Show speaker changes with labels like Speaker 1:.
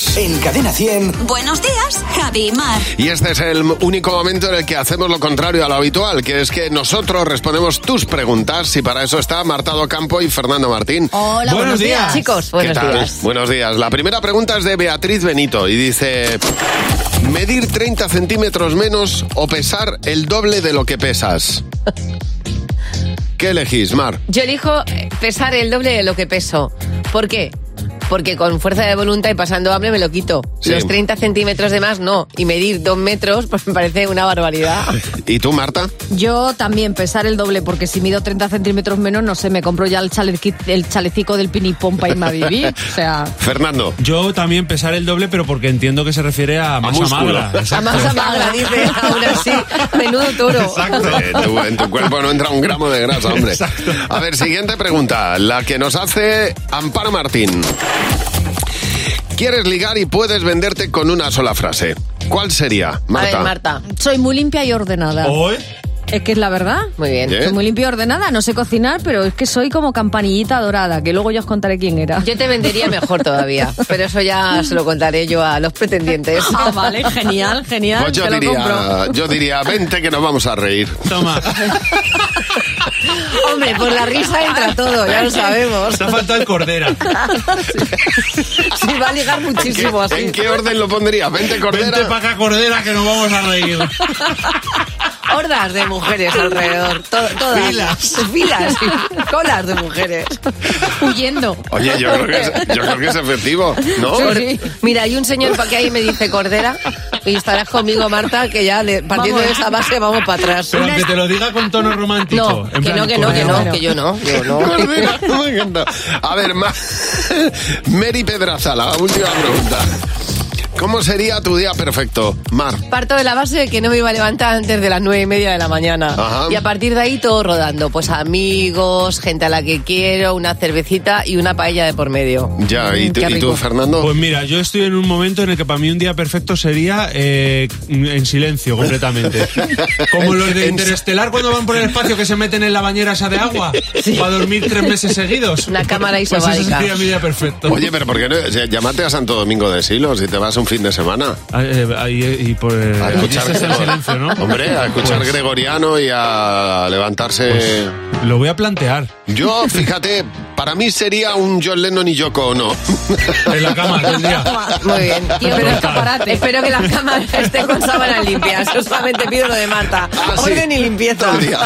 Speaker 1: días.
Speaker 2: En Cadena 100.
Speaker 3: Buenos días, Javi y Mar.
Speaker 1: Y este es el único momento en el que hacemos lo contrario a lo habitual, que es que nosotros respondemos tus preguntas y para eso está Marta Campo y Fernando Martín.
Speaker 3: Hola, buenos, días. chicos. Oh,
Speaker 1: ¿Qué
Speaker 3: Buenos
Speaker 1: tal?
Speaker 3: días.
Speaker 1: Buenos días. La primera pregunta es de Beatriz Benito y dice... ¿Medir 30 centímetros menos o pesar el doble de lo que pesas? ¿Qué elegís, Mar?
Speaker 4: Yo elijo eh, pesar el doble de lo que peso. ¿Por qué? Porque con fuerza de voluntad y pasando hambre me lo quito.
Speaker 1: Sí.
Speaker 4: Los 30 centímetros de más no. Y medir dos metros pues me parece una barbaridad.
Speaker 1: ¿Y tú, Marta?
Speaker 5: Yo también pesar el doble, porque si mido 30 centímetros menos, no sé, me compro ya el, chalequi- el chalecico del pinipompa y me vivir. O sea,
Speaker 1: Fernando.
Speaker 6: Yo también pesar el doble, pero porque entiendo que se refiere a masa
Speaker 1: músculo.
Speaker 6: magra.
Speaker 4: A
Speaker 6: exacto.
Speaker 4: masa magra, dice. Aún así, menudo toro.
Speaker 1: Eh, tu- en tu cuerpo no entra un gramo de grasa, hombre. A ver, siguiente pregunta, la que nos hace Amparo Martín. ¿Quieres ligar y puedes venderte con una sola frase? ¿Cuál sería,
Speaker 4: A
Speaker 1: Marta?
Speaker 4: ver, Marta.
Speaker 5: soy muy limpia y ordenada.
Speaker 1: Oh.
Speaker 6: Hoy,
Speaker 5: Es que es la verdad.
Speaker 4: Muy bien.
Speaker 1: ¿Eh?
Speaker 5: Soy muy limpia y ordenada, no sé cocinar, pero es que soy como campanillita dorada, que luego ya os contaré quién era.
Speaker 4: Yo te vendería mejor todavía, pero eso ya se lo contaré yo a los pretendientes.
Speaker 5: Ah, vale, genial, genial.
Speaker 1: Pues yo
Speaker 5: te lo compro.
Speaker 1: diría, yo diría, vente que nos vamos a reír.
Speaker 6: toma.
Speaker 4: Hombre, por la risa entra todo, ya lo sabemos.
Speaker 6: Te ha faltado el cordera.
Speaker 4: Sí, va a ligar muchísimo así.
Speaker 1: ¿En qué orden lo pondrías? Vente cordera.
Speaker 6: Vente para acá, cordera, que nos vamos a reír.
Speaker 4: Hordas de mujeres alrededor. to- todas.
Speaker 6: Filas.
Speaker 4: Filas. y Colas de mujeres.
Speaker 5: Huyendo.
Speaker 1: Oye, yo creo, que es, yo creo que es efectivo, ¿no?
Speaker 4: Cor- Mira, hay un señor pa' que ahí me dice Cordera y estarás conmigo, Marta, que ya le- partiendo
Speaker 5: Vamos.
Speaker 4: de esa base vamos para atrás.
Speaker 6: Pero aunque te lo diga con tono romántico.
Speaker 4: No,
Speaker 6: en
Speaker 4: que
Speaker 6: plan,
Speaker 4: no, que no, que
Speaker 6: cordera.
Speaker 4: no, que yo no. Yo no.
Speaker 1: Cordera, me encanta. A ver, Ma- Mary Pedraza, la última pregunta. ¿Cómo sería tu día perfecto, Mar?
Speaker 4: Parto de la base de que no me iba a levantar antes de las nueve y media de la mañana.
Speaker 1: Ajá.
Speaker 4: Y a partir de ahí todo rodando. Pues amigos, gente a la que quiero, una cervecita y una paella de por medio.
Speaker 1: Ya, ¿y,
Speaker 4: Mm,
Speaker 1: tú-
Speaker 4: qué
Speaker 1: y tú,
Speaker 4: rico.
Speaker 1: Fernando?
Speaker 6: Pues mira, yo estoy en un momento en el que para mí un día perfecto sería eh, en silencio completamente. Como los de
Speaker 1: En-
Speaker 6: Interestelar cuando van por el espacio que se meten en la bañera esa de agua para dormir tres meses seguidos.
Speaker 4: Una cámara
Speaker 6: Pues ese
Speaker 4: isobárica.
Speaker 6: sería mi día perfecto.
Speaker 1: Oye, pero ¿por qué no? O sea, llámate a Santo Domingo de Silos y te vas un fin de semana.
Speaker 6: Ah, eh, ahí, eh, y por eh,
Speaker 1: A escuchar,
Speaker 6: ese silencio, ¿no?
Speaker 1: Hombre, a escuchar
Speaker 6: Pues,
Speaker 1: gregoriano y a levantarse...
Speaker 6: Lo voy a plantear
Speaker 1: Yo, fíjate, para mí sería un John Lennon y Yoko Ono.
Speaker 6: en la cama todo el día.
Speaker 4: Muy bien.
Speaker 6: Y
Speaker 4: espero,
Speaker 6: un escaparate.
Speaker 4: espero que las camas estén con sábanas limpias. Yo solamente pido lo de Marta.
Speaker 1: Ah, sí.
Speaker 4: Orden y limpieza.
Speaker 1: Todo el día.